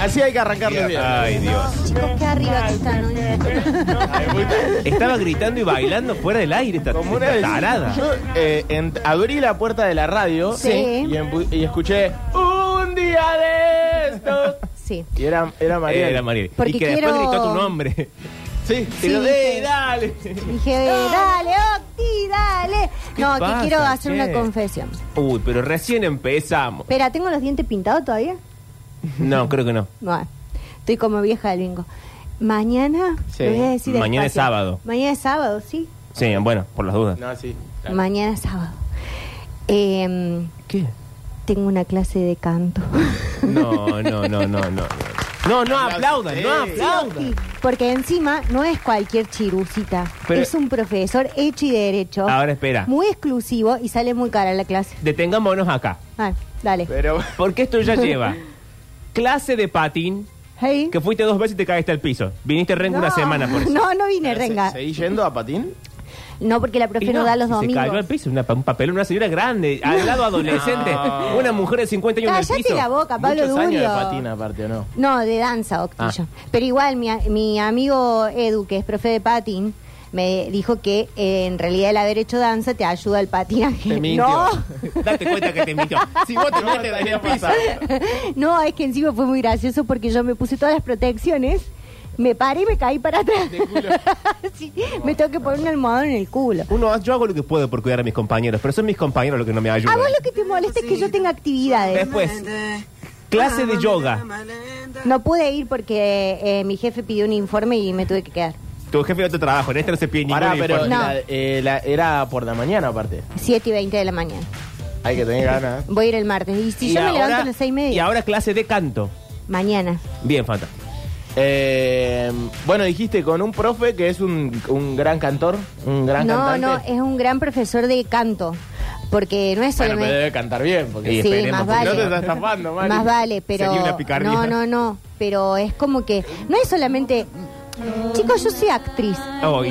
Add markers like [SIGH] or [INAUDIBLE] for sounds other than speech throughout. Así hay que arrancar los días. Ay, Dios. Chicos, qué arriba que están hoy. Estaba gritando y bailando fuera del aire esta, Como una esta vez, tarada. Yo eh, en- abrí la puerta de la radio Sí. y, empu- y escuché un día de estos. Sí. Y era, era María. Eh, Era Mariel. Porque y que después quiero- gritó tu nombre. [LAUGHS] Sí, Sí, pero, dije- "Ey, dale. Dije, dale, Octi, dale. ¿Qué No, pasa, que quiero hacer che? una confesión. Uy, pero recién empezamos. Espera, ¿tengo los dientes pintados todavía? No, creo que no. Bueno, estoy como vieja del bingo. Mañana, Sí. lo voy a decir Mañana despacio. es sábado. Mañana es sábado, sí. Sí, bueno, por las dudas. No, sí. Mañana es sábado. Em, ¿Qué? tengo una clase de canto. No, no, no, no, no. No, no aplaudan, no Sí. aplaudan. [LAUGHS] Sí, porque encima no es cualquier chirucita. Pero- es un profesor hecho y derecho. Ahora espera. Muy exclusivo y sale muy cara la clase. Detengámonos acá. Ah, dale. Pero Porque esto ya [LAUGHS] lleva clase de patín, Hey. que fuiste dos veces y te caíste al piso. Viniste rengo una No, semana por eso. [LAUGHS] No, no vine renga. ¿se- ¿seguí yendo a patín? No, porque la profe Y no, da y los Se cayó al domingos. piso, una, pa- un papelón, una señora grande, al lado adolescente, No. una mujer de 50 años en el Cállate piso. la boca, Pablo Muchos años de Durio. patín aparte, ¿o no? No, de Ah. danza, Octillo. Pero igual, mi, a- mi amigo Edu, que es profe de patín, me dijo que eh, en realidad el haber hecho danza te ayuda al patinaje. Te mintió. [LAUGHS] no, [LAUGHS] Date cuenta que te mintió. Si vos te metes [LAUGHS] en el piso. no, es que encima fue muy gracioso porque yo me puse todas las protecciones, me paré y me caí para atrás. [LAUGHS] Sí, me tengo que poner un almohadón en el culo. Uno, yo hago lo que puedo por cuidar a mis compañeros, pero son mis compañeros los que no me ayudan. A vos lo que te molesta es que yo tenga actividades. Después, clase de yoga. No pude ir porque eh, mi jefe pidió un informe y me tuve que quedar. Tu jefe de otro trabajo, en este no se pide ningún Pará, pero uniforme. No. la- eh, la- era por la mañana aparte. 7 y 20 de la mañana. Hay que tener ganas. Voy a ir el martes. Y si yo me levanto a las 6 y y media, ahora clase de canto. mañana. Bien, fantástico. Eh, bueno, dijiste con un profe que es un, un gran cantor, un gran no, cantante. no, es un gran profesor de canto. Porque no es Bueno, pero solamente. debe cantar bien, porque Y Sí, esperemos, más porque vale. no te estás tapando, Mari. Más vale, pero. Sería una picardía. No, no, no. Pero es como que. No es solamente. Chicos, yo soy actriz. Eh, Oh, y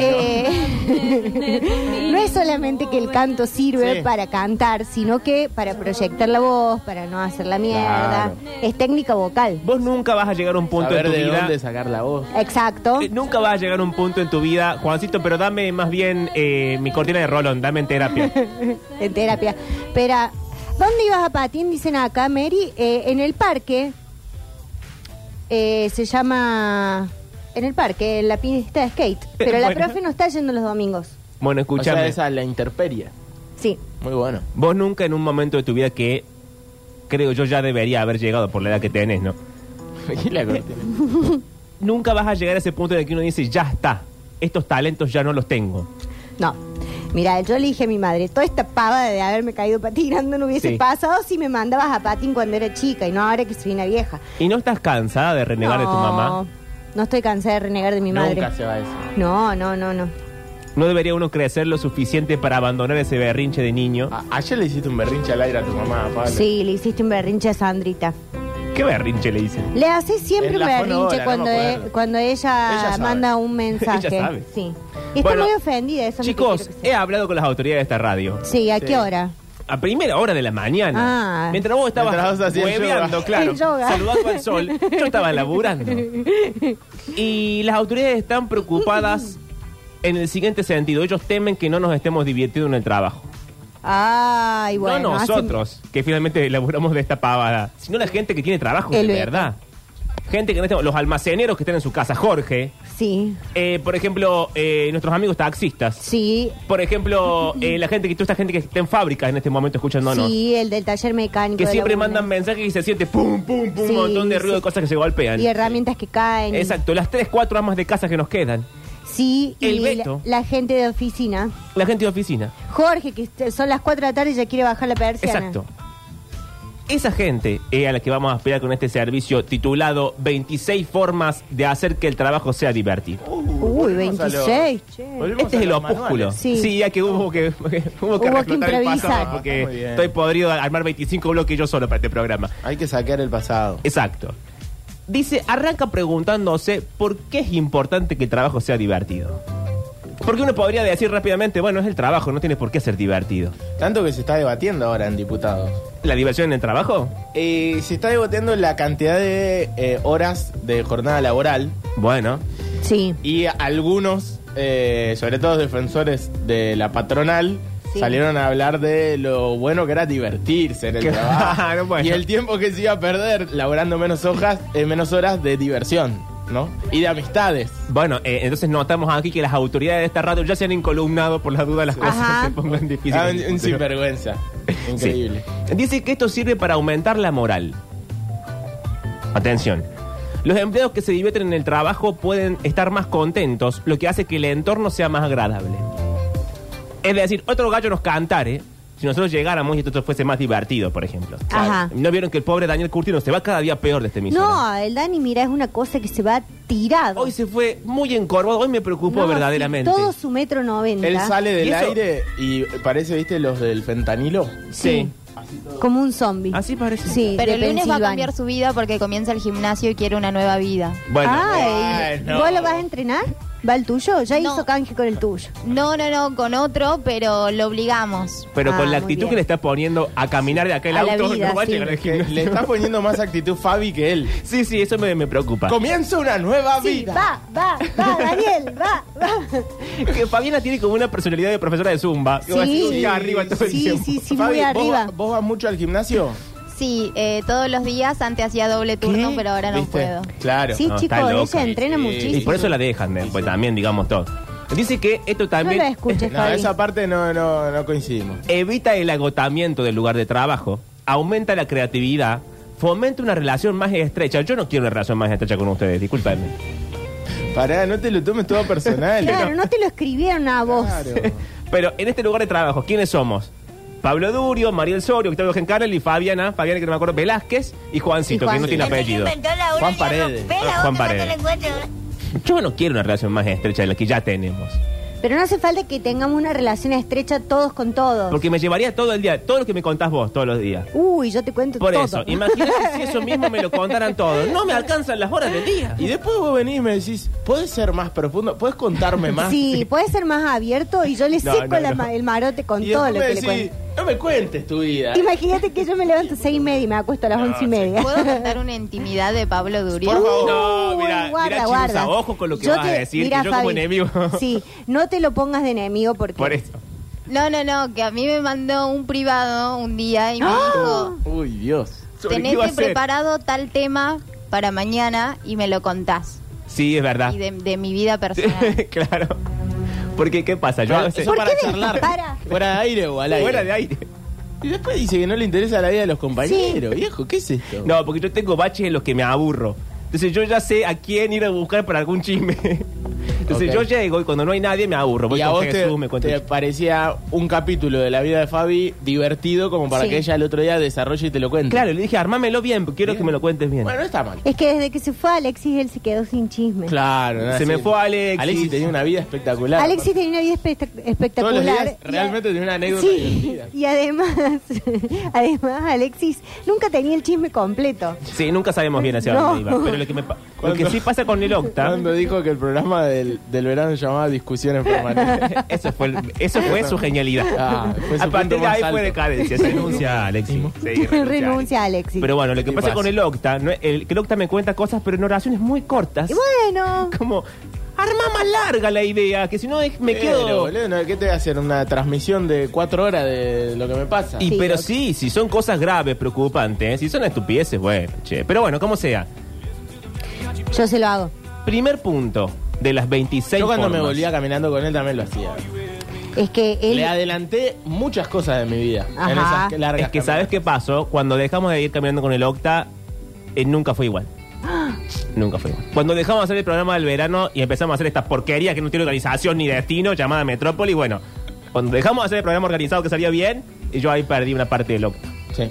no. [LAUGHS] no es solamente que el canto sirve Sí. para cantar, sino que para proyectar la voz, para no hacer la mierda. Claro. Es técnica vocal. Vos nunca vas a llegar a un punto Saber en tu de vida. dónde sacar la voz. Exacto. Eh, Nunca vas a llegar a un punto en tu vida, Juancito, pero dame más bien eh, mi cortina de Rolón, dame en [LAUGHS] terapia. en terapia. Pero, ¿dónde ibas a patín? Dicen acá, Mary. Eh, en el parque. Eh, se llama. En el parque, en la pista de skate. Pero la Eh, Bueno. profe no está yendo los domingos. Bueno, O sea, escúchame. esa es la interperie. Sí. Muy bueno. [LAUGHS] Vos nunca en un momento de tu vida que creo yo ya debería haber llegado por la edad que tenés, ¿no? Aquí la corté. Nunca vas a llegar a ese punto en el que uno dice, ya está, estos talentos ya no los tengo. No. Mira, yo le dije a mi madre, toda esta pava de haberme caído patinando no hubiese Sí. pasado si me mandabas a patín cuando era chica y no ahora que soy una vieja. ¿Y no estás cansada de renegar de tu No, mamá? No estoy cansada de renegar de mi madre. Nunca se va a eso. No, no, no, no. ¿No debería uno crecer lo suficiente para abandonar ese berrinche de niño? Ah, A- ayer le hiciste un berrinche al aire a tu mamá, Pablo. Sí, le hiciste un berrinche a Sandrita. ¿Qué berrinche le dicen? Le hace siempre En un la berrinche fonobola, cuando, no me e- acuerdo. cuando Ella ella sabe. manda un [LAUGHS] mensaje. Ella sabe. Sí. Y está Bueno, muy ofendida eso. es lo que Chicos, eh, quiero que he sepa. hablado con las autoridades de esta radio. Sí, ¿a Sí. qué hora? A primera hora de la mañana. Ah. Mientras vos estabas Mientras vos hacías hueveando, yoga. claro, El [LAUGHS] yoga. saludando al sol, yo estaba [LAUGHS] laburando. Y las autoridades están preocupadas en el siguiente sentido. Ellos temen que no nos estemos divirtiendo en el trabajo. Ay, bueno. no hace- nosotros, que finalmente laburamos de esta pavada, sino la gente que tiene trabajo, de El Beto. verdad. Gente que en este los almaceneros que están en su casa, Jorge. Sí, eh, por ejemplo, eh, nuestros amigos taxistas. sí. Por [LAUGHS] ejemplo, eh, la gente que toda esta gente que está en fábricas en este momento escuchándonos. sí, el del taller mecánico. Que de la siempre UNED. mandan mensajes y se siente pum, pum, pum, Sí, un montón de ruido sí. de cosas que se golpean. Y herramientas que caen. y- Exacto, las tres, cuatro amas de casa que nos quedan. Sí, y El la- Beto. La, gente de oficina. La gente de oficina. Jorge, que est- son las 4 de la tarde y ya quiere bajar la persiana. Exacto. Esa gente es a la que vamos a aspirar con este servicio titulado 26 formas de hacer que el trabajo sea divertido. Uh, Uy, 26, che. Volvemos Este a ¿eh? es el los opúsculo. manuales. Sí. ya que hubo que, [LAUGHS] hubo que reclutar el improvisar. pasado Ah, muy porque bien. estoy podrido de armar 25 bloques yo solo para este programa. Hay que sacar el pasado. Exacto. Dice, arranca preguntándose por qué es importante que el trabajo sea divertido. Porque uno podría decir rápidamente, bueno, es el trabajo, no tiene por qué ser divertido. Tanto que se está debatiendo ahora en diputados. ¿La diversión en el trabajo? Eh, se está debatiendo la cantidad de eh, horas de jornada laboral Bueno. Sí. y algunos, eh, sobre todo defensores de la patronal, Sí. salieron a hablar de lo bueno que era divertirse en el Claro, [LAUGHS] trabajo bueno. y el tiempo que se iba a perder laborando menos hojas, eh, menos horas de diversión, ¿no? Y de amistades. Bueno, eh, entonces notamos aquí que las autoridades de esta radio ya se han incolumnado por la duda de las cosas Ajá. se pongan difíciles. Ah, un, un sinvergüenza. Sí. Increíble. Dice que esto sirve para aumentar la moral. Atención. Los empleados que se divierten en el trabajo pueden estar más contentos, lo que hace que el entorno sea más agradable. Es decir, otro gallo nos cantare si nosotros llegáramos y esto fuese más divertido, por ejemplo. Ajá. ¿No vieron que el pobre Daniel Curtino se va cada día peor de este mismo? Ah. No, el Dani, mira, es una cosa que se va tirado. Hoy se fue muy encorvado, hoy me preocupó No, verdaderamente. sí, Todo su metro noventa. Él sale del ¿Y eso? aire y parece, viste, los del fentanilo. Sí. Como un zombie. Así parece. Sí, Pero de el lunes va a Pensilvania. cambiar su vida porque comienza el gimnasio y quiere una nueva vida. Bueno, Ay, Bueno. ¿vos lo vas a entrenar? ¿Va el tuyo? Ya No. hizo canje con el tuyo. No, no, no, con otro, pero lo obligamos. pero Ah, con la muy actitud bien. que le está poniendo a caminar de aquel A la auto, [LAUGHS] vida, no va a sí. llegar al Que gimnasio. le está poniendo más actitud Fabi que él. Sí, sí, eso me, me preocupa. Comienza una nueva Sí, vida. va, va, [LAUGHS] va, Daniel, va, va. Que Fabiana tiene como una personalidad de profesora de Zumba. Sí. Que va así, sí, arriba todo el Sí, tiempo. sí, sí, Fabi, muy ¿vos- arriba. ¿vos, vas mucho al gimnasio? Sí, eh, todos los días, antes hacía doble turno, ¿Qué? pero ahora no ¿Viste? puedo. Claro. Sí, No, está chicos, ella loca. entrena Sí, sí. muchísimo. Y por eso la dejan, eh, pues también, digamos todo. Dice que esto No también lo escuches, No, Fabi. esa parte no, no, no coincidimos. [LAUGHS] evita el agotamiento del lugar de trabajo, aumenta la creatividad, fomenta una relación más estrecha. Yo no quiero una relación más estrecha con ustedes, discúlpenme. Pará, no te lo tomes todo personal. [LAUGHS] Claro, no te lo escribieron a vos. Claro. Pero en este lugar de trabajo, ¿quiénes somos? Pablo Durio, Mariel Sorio, Octavio Gencarel y Fabiana, Fabiana que no me acuerdo, Velázquez y Juancito, Y que no tiene Juancito. apellido. Juan Paredes. Ah, Juan Paredes. Yo no quiero una relación más estrecha de la que ya tenemos. Pero no hace falta que tengamos una relación estrecha todos con todos. Porque me llevaría todo el día, todo lo que me contás vos todos los días. Uy, yo te cuento Por todo. eso, imagínate si eso mismo me lo contaran todo. No me alcanzan las horas del día. Y después vos venís y me decís, ¿puedes ser más profundo? ¿Puedes contarme más? Sí, puede ser más abierto y yo le No, seco no, la no. ma- el marote con Y todo después lo me que le decís, cuento. no me cuentes tu vida. Imagínate que yo me levanto a seis y media y me acuesto a las once y media. ¿Puedo contar una intimidad de Pablo Durio? Por favor. No, Uy, mira, guarda, mira, guarda. Chirusa, ojo con lo que Yo vas a te- decir, mira, que yo como Fabi, enemigo. [LAUGHS] Sí, no te lo pongas de enemigo porque. Por eso. No, no, no, que a mí me mandó un privado un día y me dijo, Uy, Dios. ¿Sobre qué tenés iba a que ser? preparado tal tema para mañana y me lo contás. Sí, es verdad. Y de, de mi vida [LAUGHS] personal. claro. Porque, ¿qué pasa? Yo No, a veces- eso ¿Por para qué de- charlar. para? ¿Fuera de aire o al aire? fuera de aire. Y después dice que no le interesa la vida de los compañeros. Viejo, ¿qué es esto? No, porque yo tengo baches en los que me aburro. Entonces yo ya sé a quién ir a buscar para algún chisme. Entonces Ok. yo llego y cuando no hay nadie me aburro. Voy y a con vos te, Jesús, me cuento te un chisme. parecía un capítulo de la vida de Fabi divertido como para Sí. que ella el otro día desarrolle y te lo cuente. Claro, le dije, armámelo bien, porque quiero Bien. que me lo cuentes bien. Bueno, no está mal. Es que desde que se fue Alexis, él se quedó sin chisme. Claro, nada, Este. Se me fue Alexis. Alexis tenía una vida espectacular. Alexis tenía una vida espect- Todos espectacular. los días y a- realmente tenía una anécdota Sí, divertida. y además, [LAUGHS] además Alexis nunca tenía el chisme completo. Sí, nunca sabemos bien hacia No. dónde iba. Pero lo que, me pa- lo que Cuando- sí pasa con el Octa, Cuando dijo que el programa del, del verano se llamaba Discusiones Permanentes. [LAUGHS] eso fue, el- eso fue su genialidad. Ah, fue su a punto partir de más ahí fue alto. decadencia. [LAUGHS] Se renuncia a Alexis. Sí, Renuncia a Alexis. Pero bueno, lo que Sí, pasa pasa. con el Octa, no es- el, que el Octa me cuenta cosas, pero en oraciones muy cortas. y bueno, Como, arma más larga la idea, que si no es- [LAUGHS] me Pero, quedo. Eh, boludo, no, ¿Qué te voy a hacer? ¿Una transmisión de cuatro horas de lo que me pasa? Y Sí. pero sí, si son cosas graves, preocupantes, si son estupideces, bueno, che. Pero bueno, como sea. yo se lo hago. Primer punto de las 26 Yo cuando me formas. volvía caminando con él también lo hacía. Es que él... Le adelanté muchas cosas de mi vida en Ajá. esas largas Es que caminatas. sabes qué pasó, cuando dejamos de ir caminando con el Octa, eh, nunca [GASPS] fue igual. Nunca fue igual. Cuando dejamos de hacer el programa del verano y empezamos a hacer estas porquerías que no tiene organización ni destino, llamada Metrópoli, bueno, cuando dejamos de hacer el programa organizado que salía bien, y yo ahí perdí una parte del Octa. Sí.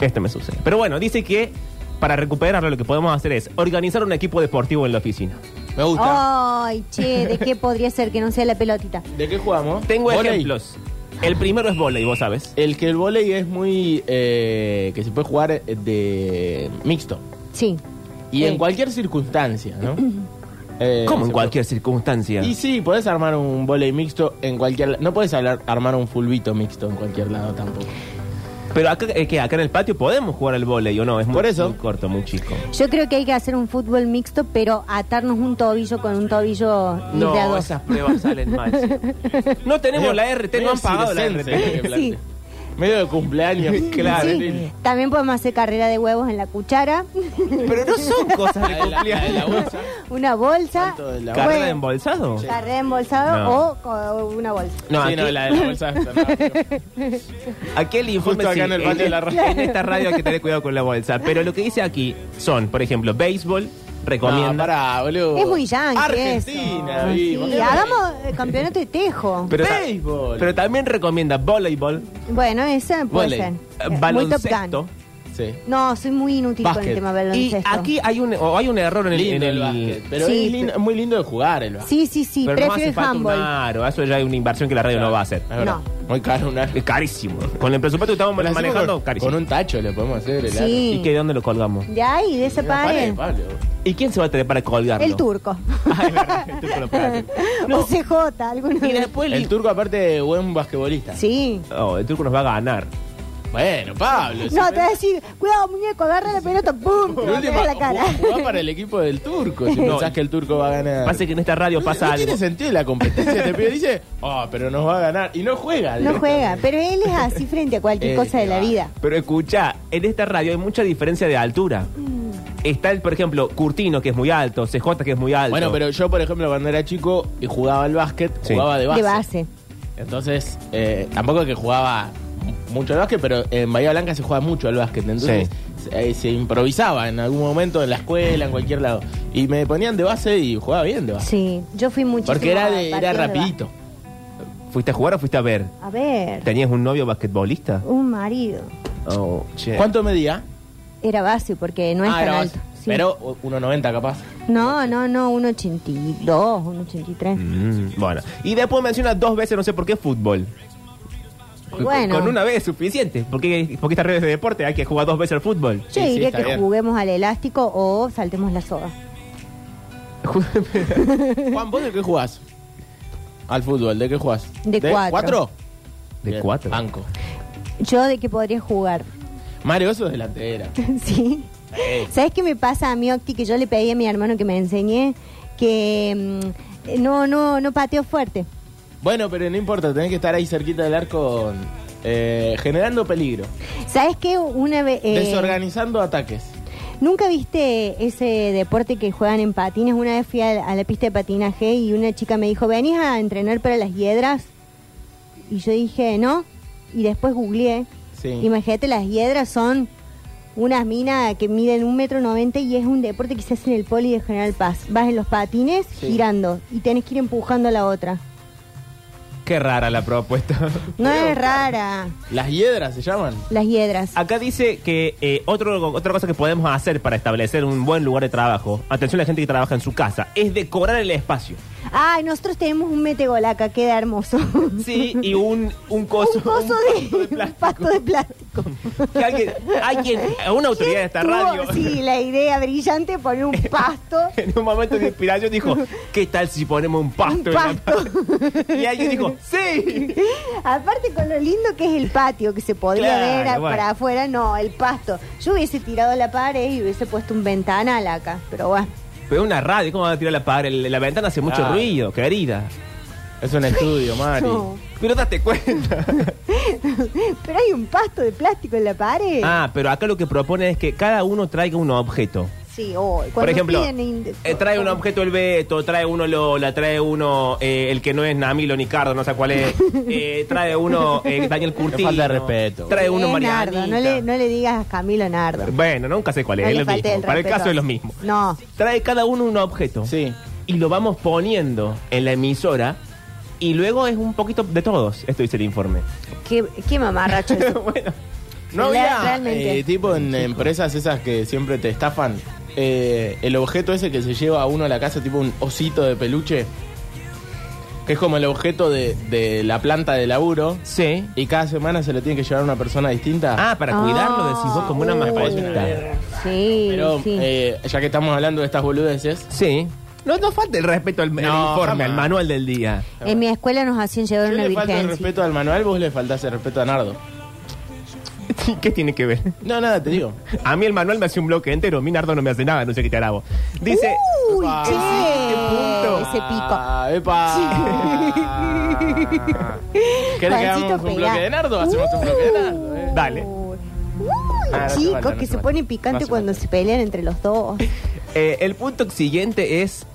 Esto me este sucede. Pero bueno, dice que para recuperarlo lo que podemos hacer es organizar un equipo deportivo en la oficina. Me gusta. Ay, che, ¿de qué podría ser que no sea la pelotita? ¿De qué jugamos? Tengo Voley. ejemplos. El primero es volei, vos sabes. El que el volei es muy. eh, que se puede jugar eh, de mixto. Sí. Y [CLEARS THROAT] Sí. en cualquier circunstancia, ¿no? Eh, se Como en puede- cualquier circunstancia. Y sí, podés armar un volei mixto en cualquier lado. No podés hablar, armar un fulbito mixto en cualquier lado tampoco. Pero acá, eh, que acá en el patio podemos jugar al volei o no, es muy, Por eso. muy corto, muy chico. Yo creo que hay que hacer un fútbol mixto, pero atarnos un tobillo con un tobillo y de a No, dos. esas pruebas salen mal. siempre. [LAUGHS] No tenemos la RT, no han pagado la RT. [LAUGHS] RT. Sí. Medio de [LAUGHS] cumpleaños, claro. Sí. También podemos hacer carrera de huevos en la cuchara, Pero no son cosas [LAUGHS] de La de la- la de la cumpleaños. bolsa. una bolsa, Salto de la bueno, ¿Carrera de embolsado? carrera de embolsado No. o co- una bolsa. [LAUGHS] No, sí, aquí- no, la de la bolsa. [LAUGHS] Aquel informe Justo acá sí, en el patio de la radio. en [LAUGHS] esta radio hay que tener cuidado con la bolsa. Pero lo que dice aquí son, por ejemplo, béisbol, recomienda. No, pará, boludo. Uh, Es muy yankee Argentina, eso. vivo. Sí, hagamos eh, campeonato de tejo. pero, ta- béisbol. pero también recomienda voleibol, bueno, esa puede Voley. ser. eh, Muy Top baloncesto. Gun. Sí. No, soy muy inútil con Básquet. el tema Y baloncesto. aquí hay un, o hay un error en el. Lindo en el el- básquet. Pero Sí, es lindo- muy lindo de jugar el básquet. Sí, sí, sí, pero no hace prefiero el falta un handball. aro, eso ya es una inversión que la radio no va a hacer. Es verdad. Muy caro un Es carísimo. Con el presupuesto que estamos Pero hacemos manejando, con, carísimo. con un tacho le podemos hacer el aro. Sí. ¿Y qué, de dónde lo colgamos? De ahí, de esa Una pared, pared. Pablo. ¿Y quién se va a tener para colgarlo? El turco. Ah, es verdad, el turco lo [LAUGHS] paga. O CJ, alguno Y de- después El turco, aparte, buen basquetbolista. Sí. Oh, el turco nos va a ganar. Bueno, Pablo. si No, me- te voy a decir, cuidado muñeco, agarra la pelota, [LAUGHS] ¡pum! Te Por va a pegar última, la cara. ju- jugá para el equipo del [LAUGHS] turco. Si No. pensás que el turco va a ganar. Pasa que en esta radio No- pasa no algo. tiene sentido la competencia. Te pibe dice, oh, pero nos va a ganar. Y no juega. No directamente. juega, pero él es así frente a cualquier uh, Eh, cosa de la claro. vida. Pero escucha, en esta radio hay mucha diferencia de altura. Mm. Está, el, por ejemplo, Curtino, que es muy alto, CJ, que es muy alto. Bueno, pero yo, por ejemplo, cuando era chico y jugaba al básquet, Sí. jugaba de base. De base. Entonces, eh, tampoco es que jugaba mucho al básquet, pero en Bahía Blanca se juega mucho al básquet. Entonces, eh, se improvisaba en algún momento en la escuela, en cualquier lado. Y me ponían de base y jugaba bien de base. Sí, yo fui muchísimo. Porque era, de, a era partidos de rapidito. ¿Fuiste a jugar o fuiste a ver? ba- A ver, ¿Tenías un novio basquetbolista? un marido. Oh, che. ¿Cuánto medía? Era base porque no es Ah, tan era base. alto. sí. Pero u- 1,90 [LAUGHS] capaz. No, no, no, 1,82, 1,83. Mm, bueno. Y después menciona dos veces, no sé por qué, fútbol. Y bueno, Con una vez es suficiente. Porque, porque estas redes de deporte hay que jugar dos veces al [LAUGHS] fútbol. yo Sí, sí, diría está que bien. juguemos al elástico o saltemos la soga. Juan, ¿vos de qué jugás? Al fútbol, ¿de qué jugás? De cuatro. cuatro? De Bien, cuatro. Banco. Yo de que podría jugar, [LAUGHS] Mario, eso es delantera. ¿sí? ¿Sabes qué me pasa a mí, Octi? Que yo le pedí a mi hermano que me enseñé que mm, no, no, no pateo fuerte. Bueno, pero no importa, tenés que estar ahí cerquita del arco eh, generando peligro, ¿Sabes qué? Una vez... eh, desorganizando ataques. ¿Nunca viste ese deporte que juegan en patines? Una vez fui a, a la pista de patinaje y una chica me dijo, ¿venís a entrenar para las hiedras? Y yo dije, no. Y después googleé. Sí. Imagínate, las hiedras son unas minas que miden un metro noventa y es un deporte que se hace en el poli de General Paz. Vas en los patines Sí. girando y tenés que ir empujando a la otra. Qué rara la propuesta. No es rara Las hiedras se llaman. las hiedras. [LAUGHS] Acá dice que eh, otro, otra cosa que podemos hacer para establecer un buen lugar de trabajo, atención a la gente que trabaja en su casa, es decorar el espacio. Ay, nosotros tenemos un metegolaca, queda hermoso. Sí, y un, un coso. [LAUGHS] un pasto coso de, un [LAUGHS] pasto de plástico. Que alguien, alguien, una autoridad de esta Tuvo, radio, Sí, la idea brillante de poner un pasto. [LAUGHS] en un momento de inspiración dijo, ¿qué tal si ponemos un Un pasto? en la pasto. pa-?" [LAUGHS] y alguien dijo, sí. Aparte con lo lindo que es el patio, que se podría Claro, ver a- bueno. para afuera, no, el pasto. Yo hubiese tirado la pared y hubiese puesto un ventanal acá, pero bueno. [LAUGHS] Pero una radio, ¿cómo va a tirar la pared? La, la ventana hace mucho Claro. ruido, querida. Es un estudio, Mario. No. [LAUGHS] Pero date cuenta. Pero hay un pasto de plástico en la pared. Ah, pero acá lo que propone es que cada uno traiga un objeto. Sí, oh, cuando Oh. Por ejemplo, piden ind- eh, trae un cuando- objeto el Beto, trae uno Lola, trae uno eh, el que no es Namilo ni Cardo, no sé cuál [LAUGHS] es. Eh, trae uno eh, Daniel Curtino. falta de respeto. Trae uno Es Nardo, Marianita. no le, no le digas a Camilo Nardo. Bueno, nunca sé cuál es, No es le lo falte mismo. Para el respeto. caso es lo mismo. No, Trae cada uno un objeto Sí. y lo vamos poniendo en la emisora y luego es un poquito de todos. Esto dice el informe. qué, [LAUGHS] qué mamarracho eso. bueno, No Le- había realmente. eh, tipo en empresas esas que siempre te estafan. eh, el objeto ese que se lleva a uno a la casa, tipo un osito de peluche, que es como el objeto de, de la planta de laburo. sí. Y cada semana se lo tiene que llevar a una persona distinta. Ah, para cuidarlo, Ah. decís vos, como una Me parece una mascotita. verga. Sí, Pero sí. eh, ya que estamos hablando de estas boludeces, Sí. No, no falta el respeto al al No, informe, jamás. al manual del día. En mi escuela nos hacían llevar Yo una le falto el virgencia. respeto al manual, vos le faltás el respeto a Nardo. [LAUGHS] ¿Qué tiene que ver? No, nada, te digo. A mí el manual me hace un bloque entero, mi nardo no me hace nada, no sé qué te alabo. Dice, Uy, Epa. che, punto. ese pico. Ah, ¡Epa! [LAUGHS] ¿Querés que Juancito Uh. hagamos un Perá. bloque de Nardo? Hacemos un bloque de Nardo. eh. Dale. Uy, Ah, no se chicos, mata, no que se se mata. ponen picante No se cuando mata. se pelean entre los dos. eh, el punto siguiente es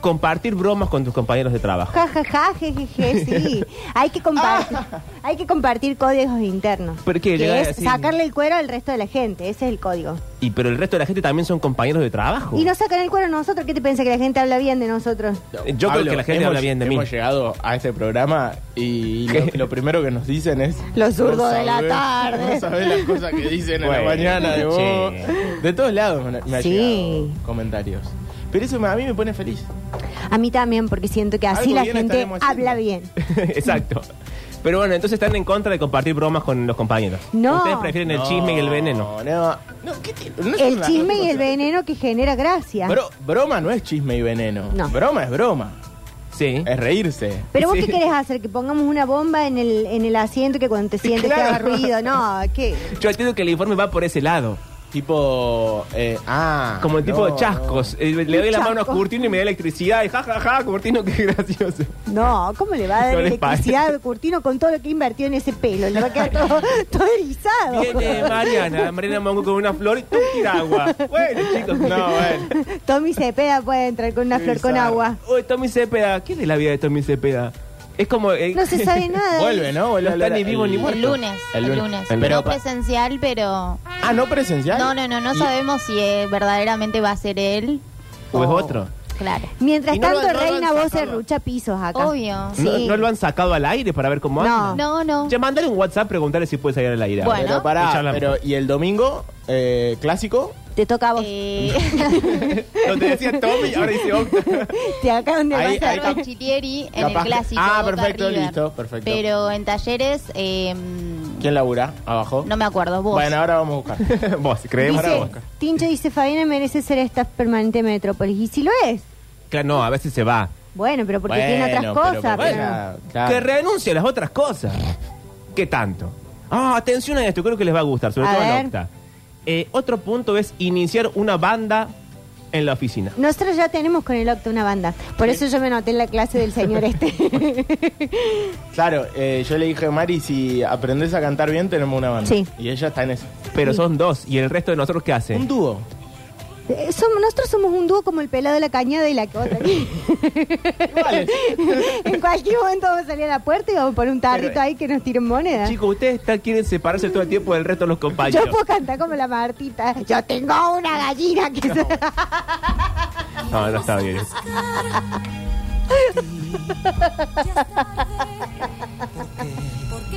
compartir bromas con tus compañeros de trabajo. Ja, ja, ja, je, je, [LAUGHS] je, sí. Hay que compartir, hay que compartir códigos internos. ¿Por qué? Llega Que es a decir- sacarle el cuero al resto de la gente, ese es el código. Y pero el resto de la gente también son compañeros de trabajo. [LAUGHS] Y nos sacan el cuero a nosotros, ¿qué te piensas que la gente habla bien de nosotros? Yo creo que la gente hemos- habla bien de mí. Hemos llegado a este programa y [LAUGHS] lo, lo primero que nos dicen es... Los zurdos "No de la sabés- tarde". No sabés las cosas que dicen en Bueno, la mañana de vos. che. De todos lados me, me ha Sí. llegado comentarios. Pero eso me- a mí me pone feliz. A mí también, porque siento que así Algo la bien gente estaremos haciendo. habla bien. Exacto. Pero bueno, entonces están en contra de compartir bromas con los compañeros. No. Ustedes prefieren el chisme y el veneno. No, no, ¿qué te- no es El una- chisme y el no- veneno que genera gracia. Bro- broma no es chisme y veneno. No. Broma es broma. Sí. Es reírse. Pero vos Sí. qué querés hacer, que pongamos una bomba en el, en el asiento que cuando te sientes Claro. te haga ruido, no, ¿qué? Yo entiendo que el informe va por ese lado. Tipo. eh, ah. Como el tipo no, de chascos. Eh, Le doy la Chascos. mano a Curtino y me da electricidad. Y ja, ja, ja, Curtino, qué gracioso. No, ¿cómo le va a dar No les electricidad a Curtino con todo lo que invirtió en ese pelo? Le va a quedar todo, todo erizado. [LAUGHS] Viene Mariana, Mariana Mongo con una flor y tú tira agua. Bueno, chicos. no. No, bueno. Tommy Cepeda puede entrar con una Qué flor con bizarro. agua. Uy, Tommy Cepeda. ¿Quién es la vida de Tommy Cepeda? Es como. eh, No se [LAUGHS] sabe nada. Vuelve, ¿no? Vuelve No está hablar ni vivo ni muerto. El lunes, el lunes. El no pero, pa- presencial, pero... ah, no presencial. No, no, no, no Y- sabemos si eh, verdaderamente va a ser él. ¿O es o- otro? Claro. Mientras Y no lo- tanto, no lo han Reina, vos sacado. serrucha pisos acá. Obvio. Sí. ¿No, no lo han sacado al aire para ver cómo No. No, no. Ya mandale un WhatsApp preguntarle si puede salir al aire. Bueno. Pero Y pará, charlamos. pero ¿y el domingo? Eh, ¿Clásico? Te toca a vos. Eh, [LAUGHS] Lo te decía Tommy, ahora dice Octa. [LAUGHS] Te acaban de Ahí- pasar. ahí Cerro Chitieri en Capaz el que- clásico. Ah, Boca perfecto, River. listo, perfecto. Pero en talleres, eh, ¿Quién labura? ¿Abajo? no me acuerdo, vos. Bueno, ahora vamos a buscar. [LAUGHS] Vos, creemos. Ahora Dice, busca. Tincho dice, Fabiana merece ser staff permanente de Metrópolis. Y si lo es, Claro, no, a veces se va. bueno, pero porque Bueno, tiene otras pero- cosas. bueno, pero no. claro. Que renuncie a las otras cosas. ¿Qué tanto? Ah, atención a esto, creo que les va a gustar, sobre A todo a ver. Octa. Eh, otro punto es iniciar una banda en la oficina. Nosotros ya tenemos con el Octa una banda. Por eso yo me anoté en la clase del [LAUGHS] señor este. Claro, eh, yo le dije a Mari, si aprendes a cantar bien, tenemos una banda. Sí. Y ella está en eso. Pero son dos, y el resto de nosotros, ¿qué Un hacen? dúo. [LAUGHS] Eh, somos- nosotros somos un dúo como el pelado de la cañada y la [LAUGHS] que otra. Iguales. en cualquier momento vamos a salir a la puerta y vamos a poner un tarrito Pero, ahí que nos tiren monedas. Chicos, ustedes están- quieren separarse todo el tiempo del resto de los compañeros. Yo puedo cantar como la Martita. Yo tengo una gallina que se... No, no está [LAUGHS] bien.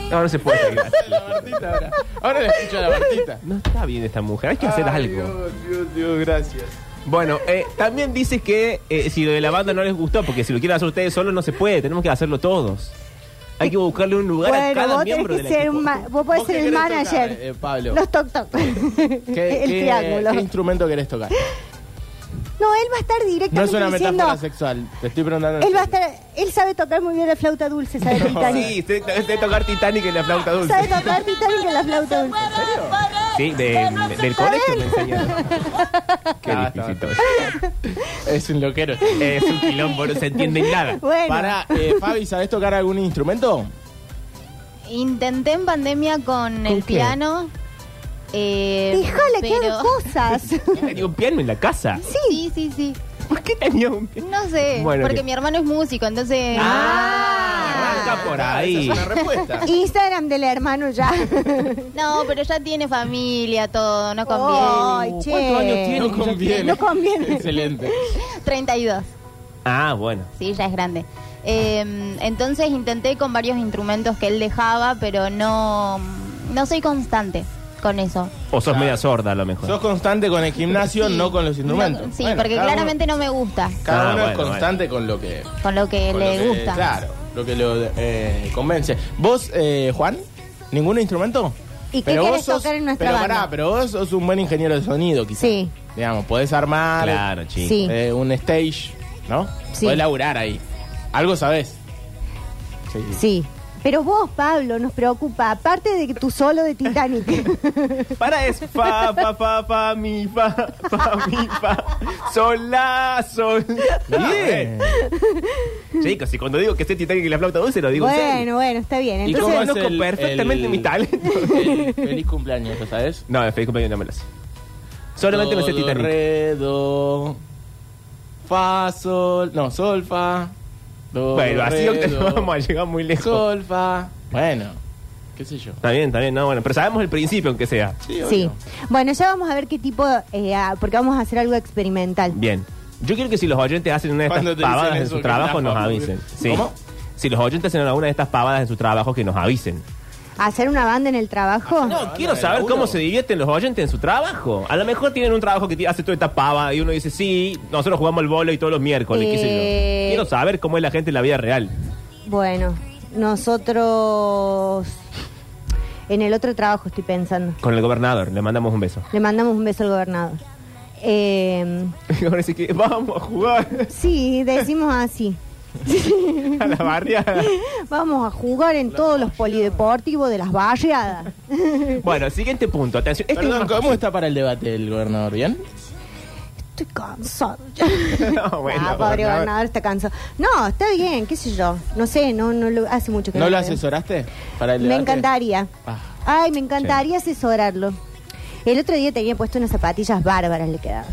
No, no se puede seguir. La Martita ahora. Ahora le escucho a la Martita. No está bien esta mujer, hay que hacer Ay, algo. Dios, Dios, Dios, gracias. Bueno, eh, también dice que eh, si lo de la banda no les gustó, porque si lo quieren hacer ustedes solos no se puede, tenemos que hacerlo todos. Hay que buscarle un lugar a Bueno, cada vos miembro tenés del que ser equipo. un ma- vos podés ¿Vos qué ser el querés manager. tocar, eh, Pablo? Los toc toc. ¿Qué, [LAUGHS] el qué- triángulo. ¿Qué instrumento querés tocar? No, él va a estar directamente No es una diciendo. metáfora sexual. Te estoy preguntando. en Él va a serio. estar. Él sabe tocar muy bien la flauta dulce, sabe Titanic. Sí, sé, sé tocar Titanic en la flauta dulce. Sabe tocar Titanic en la flauta dulce. Sí, de- del colegio me [LAUGHS] enseñaron. Qué Ah, difícil está todo. bien. Es un loquero. Es un quilombo, no se entiende en nada. Bueno, Para, eh, Fabi, ¿sabés tocar algún instrumento? Intenté en pandemia con, el qué? piano. Eh, déjale que haga [LAUGHS] pero- cosas. Tenía un piano en la casa. [LAUGHS] Sí, sí, sí. ¿Por qué tenía un piano? No sé, Bueno, porque ¿qué? mi hermano es músico, entonces... Ah, Ah. Ah, Arranca por ahí. Esa [LAUGHS] es una respuesta. Instagram del hermano ya. No, pero ya tiene familia, todo, no Ay, conviene. che. ¿Cuántos años tiene? No conviene. No conviene. Excelente. 32, Ah, bueno. sí, ya es grande. Eh, entonces intenté con varios instrumentos que él dejaba, pero no, no soy constante con eso. O sos media sorda a lo mejor. Sos constante con el gimnasio, Sí. no con los instrumentos. No, sí, Bueno, porque cada uno- claramente no me gusta cada Ah, uno es bueno, constante con lo que con lo que con le lo que- gusta. Claro, lo que lo eh, convence. ¿Vos, eh, Juan? ¿Ningún instrumento? ¿Y qué vos querés tocar en nuestra pero banda? pará, pero vos sos un buen ingeniero de sonido, quizás. Sí. Digamos, podés armar Claro, chico. Sí. eh, un stage. ¿no? Sí. Podés laburar ahí. Algo sabés. Sí. Pero vos, Pablo, nos preocupa, aparte de que tu solo de [LAUGHS] Titanic. Para es fa, fa, fa, fa, mi, fa, fa, mi, fa, sol, la, sol. Bien. Chicos, y cuando digo que sé Titanic y la flauta dulce, lo digo en serio. bueno, bueno, está bien. ¿Y Yo cómo Entonces, es conozco el- perfectamente el- mi talento. el [LAUGHS] feliz cumpleaños, ¿lo sabés? No, el feliz cumpleaños no me lo sé. Solamente me sé Todo, Titanic. Re, do, fa, sol. No, sol, fa. Do, Bueno, así re, no do, [LAUGHS] vamos a llegar muy lejos. Sol, fa. Bueno, qué sé yo. Está bien, está bien, no, bueno, pero sabemos el principio, aunque sea. sí. Bueno, ya vamos a ver qué tipo, eh, ah, porque vamos a hacer algo experimental. Bien. Yo quiero que si los oyentes hacen una de ¿Cuándo estas te dicen pavadas en eso, su que trabajo, estás nos famoso? avisen. Sí. ¿Cómo? Si los oyentes hacen alguna de estas pavadas en su trabajo, que nos avisen. ¿Hacer una banda en el trabajo? No, quiero de saber laburo. cómo se divierten los oyentes en su trabajo. A lo mejor tienen un trabajo que ti- hace toda esta pava y uno dice, sí, nosotros jugamos al vóley todos los miércoles, qué sé Eh. yo. Quiero saber cómo es la gente en la vida real. Bueno, nosotros en el otro trabajo estoy pensando. Con el gobernador, le mandamos un beso. Le mandamos un beso al gobernador. Eh, [LAUGHS] Ahora sí que vamos a jugar [LAUGHS] sí, decimos así. a la barriada. Vamos a jugar en todos los polideportivos de las barriadas. Bueno, siguiente punto, atención. Este Perdón, es más ¿cómo está para el debate el gobernador? ¿Bien? Estoy cansado. fácil. [LAUGHS] No, bueno, ah, pobre gobernador. gobernador está cansado. No, está bien, qué sé yo. No sé, no, no lo, hace mucho que ¿No lo veo. asesoraste para el Me debate? encantaría. Ah. Ay, me encantaría asesorarlo. El otro día tenía puesto unas zapatillas bárbaras, le [LAUGHS] quedaban.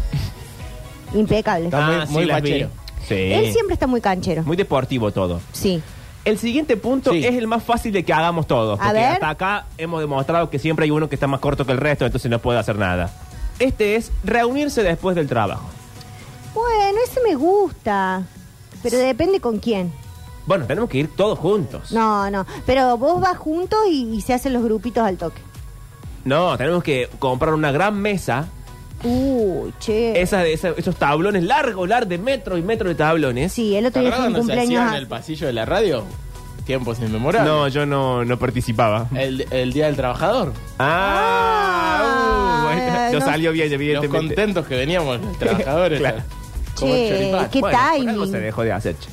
Impecables. Está muy- Ah, sí, muy las vi. fachero. Sí. Él siempre está muy canchero. Muy deportivo todo. Sí. El siguiente punto Sí. es el más fácil de que hagamos todos. A Porque ver. hasta acá hemos demostrado que siempre hay uno que está más corto que el resto, entonces no puede hacer nada. Este es reunirse después del trabajo. Bueno, ese me gusta. Pero depende con quién. Bueno, tenemos que ir todos juntos. No, no. Pero vos vas juntos y, y se hacen los grupitos al toque. No, tenemos que comprar una gran mesa. Uy, che. Esas, de- esa- esos tablones largos, largos, de metros y metros de tablones. Sí, el ¿Te otro día acordás fue un cuando se hacía cumpleaños. en el pasillo de la radio? Tiempos inmemorables. No, yo no, no participaba. El, el Día del Trabajador. Eh. Ah, Ah, uh, bueno, no no- salió bien, Los evidentemente. contentos que veníamos los trabajadores. [LAUGHS] Claro. Como Che, choripán. Eh, qué "Ah, Bueno, por timing. algo se dejó de hacer. che.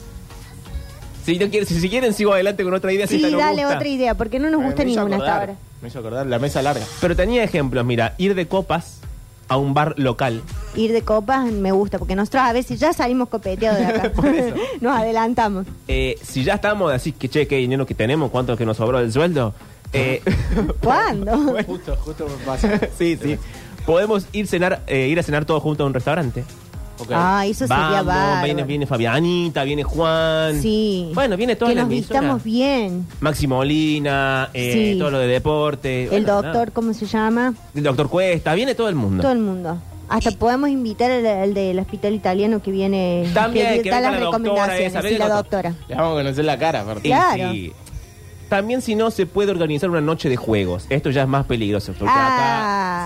Si, no quieren, si, si quieren, sigo adelante con otra idea. si Sí, esta no dale gusta. otra idea, porque no nos Me gusta hizo ninguna hasta acordar, ahora. Me hizo acordar la mesa larga. Pero tenía ejemplos, mira, ir de copas a un bar local. Ir de copas me gusta, porque nosotros a veces ya salimos copeteados de acá. [LAUGHS] Por eso. [LAUGHS] nos adelantamos. Eh, si ya estamos así, que che, qué dinero que tenemos, cuánto que nos sobró del sueldo. Eh, [LAUGHS] ¿Cuándo? Justo, justo me pasa. [LAUGHS] sí, sí. Podemos ir, cenar, eh, ir a cenar todos juntos a un restaurante. Ok. Ah, eso sería bárbaro. viene, viene Fabianita, viene Juan. Sí. Bueno, viene toda Que la nos emisora. vistamos bien. Maxi Molina, eh, Sí. todo lo de deporte. El Bueno, doctor, nada. ¿cómo se llama? El doctor Cuesta, viene todo el mundo. Todo el mundo. Hasta podemos invitar al, al del hospital italiano que viene. También, que venga da las la doctora recomendaciones. esa, sí, venga la la doctora. Le vamos a conocer la cara, aparte. Y Claro. si- También si no se puede organizar una noche de juegos. Esto ya es más peligroso. Porque Ah.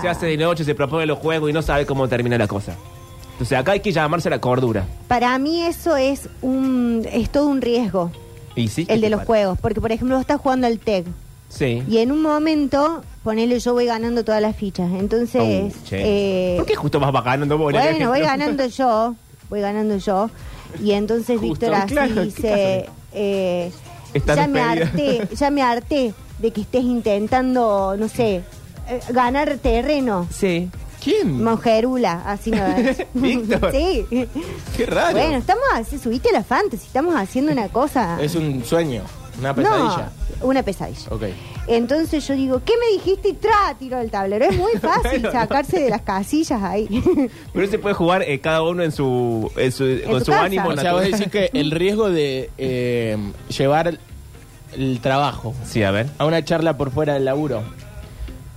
acá se hace de noche, se propone los juegos y no sabe cómo termina la cosa. Entonces acá hay que llamarse a la cordura. Para mí eso es un es todo un riesgo, Y sí, el de ¿qué los te parece? juegos. Porque, por ejemplo, vos estás jugando al TEG. Sí. Y en un momento, ponele yo voy ganando todas las fichas. Entonces, Oh, che. eh, ¿Por qué justo vas ganando vos? bueno, voy ganando yo, voy ganando yo. Y entonces Justo, Víctor así claro, ¿qué dice, eh, Está ya, me despedida. harté, ya me harté de que estés intentando, no sé, eh, ganar terreno. [LAUGHS] Sí. ¿Quién? Monjerula, así me [LAUGHS] Víctor. Sí. Qué raro. Bueno, estamos así, subiste a la fantasy, estamos haciendo una cosa. Es un sueño, una No, pesadilla. una pesadilla. Ok. Entonces yo digo, ¿qué me dijiste? Y tra, tiro del tablero. Es muy fácil [LAUGHS] Bueno, no. sacarse de las casillas ahí. [LAUGHS] Pero se puede jugar eh, cada uno en su, en su- con su su, casa. ánimo O sea, natural. vos decís que el riesgo de eh, llevar el trabajo Sí, a ver. a una charla por fuera del laburo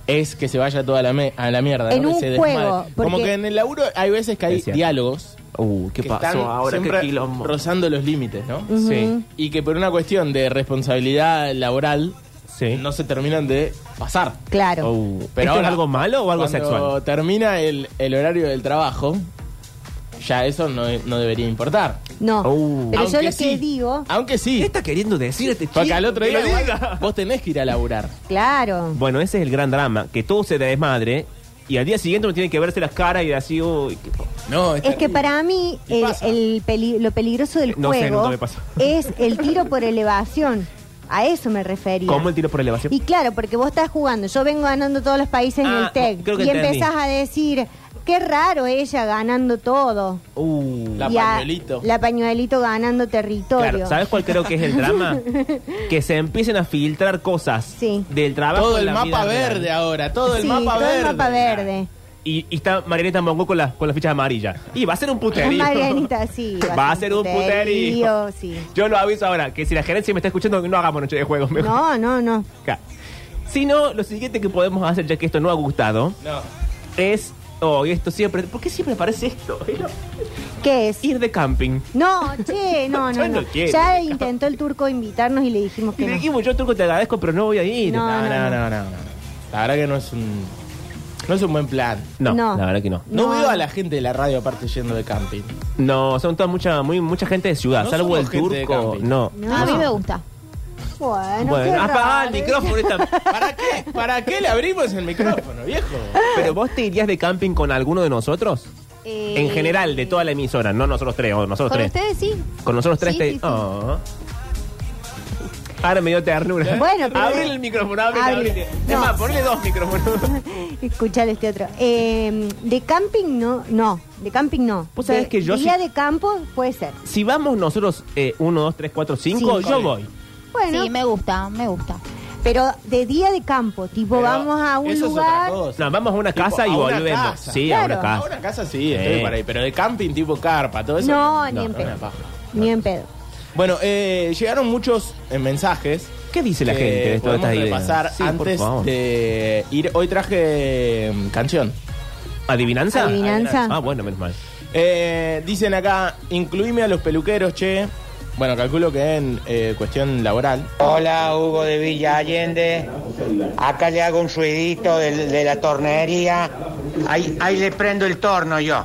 es que se vaya toda la me- a la mierda. En ¿no? Que un se juego, desmadre. porque- Como que en el laburo hay veces que hay Es cierto. diálogos Uh, ¿qué que están pasó ahora? siempre ¿Qué quilombo? rozando los límites, ¿no? Sí. Y que por una cuestión de responsabilidad laboral Sí. no se terminan de pasar. Claro. Uh, Pero ¿esto es ahora, algo malo o algo Cuando sexual? termina el, el horario del trabajo, ya eso no, no debería importar. No. Oh. Pero yo Aunque lo sí, que digo, Aunque sí. ¿Qué está queriendo decir este Porque chico? al otro ¡Que día lo igual diga! vos tenés que ir a laburar. claro. Bueno, ese es el gran drama, que todo se desmadre y al día siguiente uno tiene que verse las caras y así, uy, qué po- No, Es que para mí Y el- pasa. el peli- lo peligroso del Eh, No sé, juego nunca me pasó. [LAUGHS] es el tiro por elevación. A eso me refería. ¿cómo el tiro por elevación? Y claro, porque vos estás jugando. Yo vengo ganando todos los países en Ah, el TEC. creo que Y entendí. empezás a decir, qué raro ella ganando todo. Uh. La Y a- pañuelito. la pañuelito ganando territorio. Claro, ¿sabes cuál creo que es el [LAUGHS] drama? que se empiecen a filtrar cosas Sí. del trabajo. Todo en el la mapa vida real. verde ahora, todo el Sí, mapa todo verde. el mapa verde. Y, y está Marianita Mongo con, las con las fichas amarillas. Y va a ser un puterío. [LAUGHS] Marianita, sí. Va a ser un puterío. Sí. [LAUGHS] Yo lo aviso ahora, que si la gerencia me está escuchando, no hagamos noche de juego. Mejor. No, no, no. Acá. Si no, lo siguiente que podemos hacer, ya que esto no ha gustado, No. es... Oh, y esto siempre... ¿Por qué siempre aparece esto? [LAUGHS] Era ¿Qué es? Ir de camping. No, [LAUGHS] che, no, Yo no, no no. quiero. Ya intentó el turco invitarnos y le dijimos Y que le no. dijimos, yo Turco te agradezco, pero no voy a ir. No, No, no, no, no, no, no. La verdad que no es un. No es un buen plan. No, No. la verdad que no. No, No. veo a la gente de la radio aparte yendo de camping. No, son toda mucha, muy, mucha gente de ciudad, No salvo somos el gente de turco. camping. No. No. A mí me gusta. Bueno, qué bueno, apaga raro. ¿eh? el [LAUGHS] micrófono esta- ¿Para qué? ¿Para qué le abrimos el micrófono, viejo? Pero vos te irías de camping con alguno de nosotros? Eh, En general, de toda la emisora, no nosotros tres, o nosotros Con tres. ustedes sí. Con nosotros tres Sí, te. sí, sí. Oh. Ahora me dio ternura. Bueno, [LAUGHS] pero- Abre el micrófono, abre, Abre. abre. Es No. más, ponle dos micrófonos. [LAUGHS] Escuchar este otro. Eh, de camping no, no. De camping no. Vos sabés De- que yo Día sí- de campo puede ser. Si vamos nosotros eh, 1, 2, 3, 4, 5, Cinco. yo voy. Bueno, Sí, me gusta, me gusta. pero de día de campo, tipo Pero vamos a un eso es lugar. otra cosa. No, vamos a una Tipo, casa y a una volvemos. casa. Sí, a una Claro. A casa. una casa sí, Sí. estoy por ahí. Pero de camping tipo carpa, todo eso. No, ni en una pedo. paja. Ni en pedo. Bueno, eh, llegaron muchos eh, mensajes. ¿Qué dice la que gente de todas podemos estas ideas? repasar Sí, por antes favor. de ir. Hoy traje mm, canción. ¿Adivinanza? Adivinanza. Ah, bueno, menos mal. Eh, dicen acá, incluíme a los peluqueros, che. Bueno, calculo que en eh, cuestión laboral. Hola, Hugo de Villa Allende. Acá le hago un ruidito de, de la tornería. Ahí, ahí le prendo el torno yo.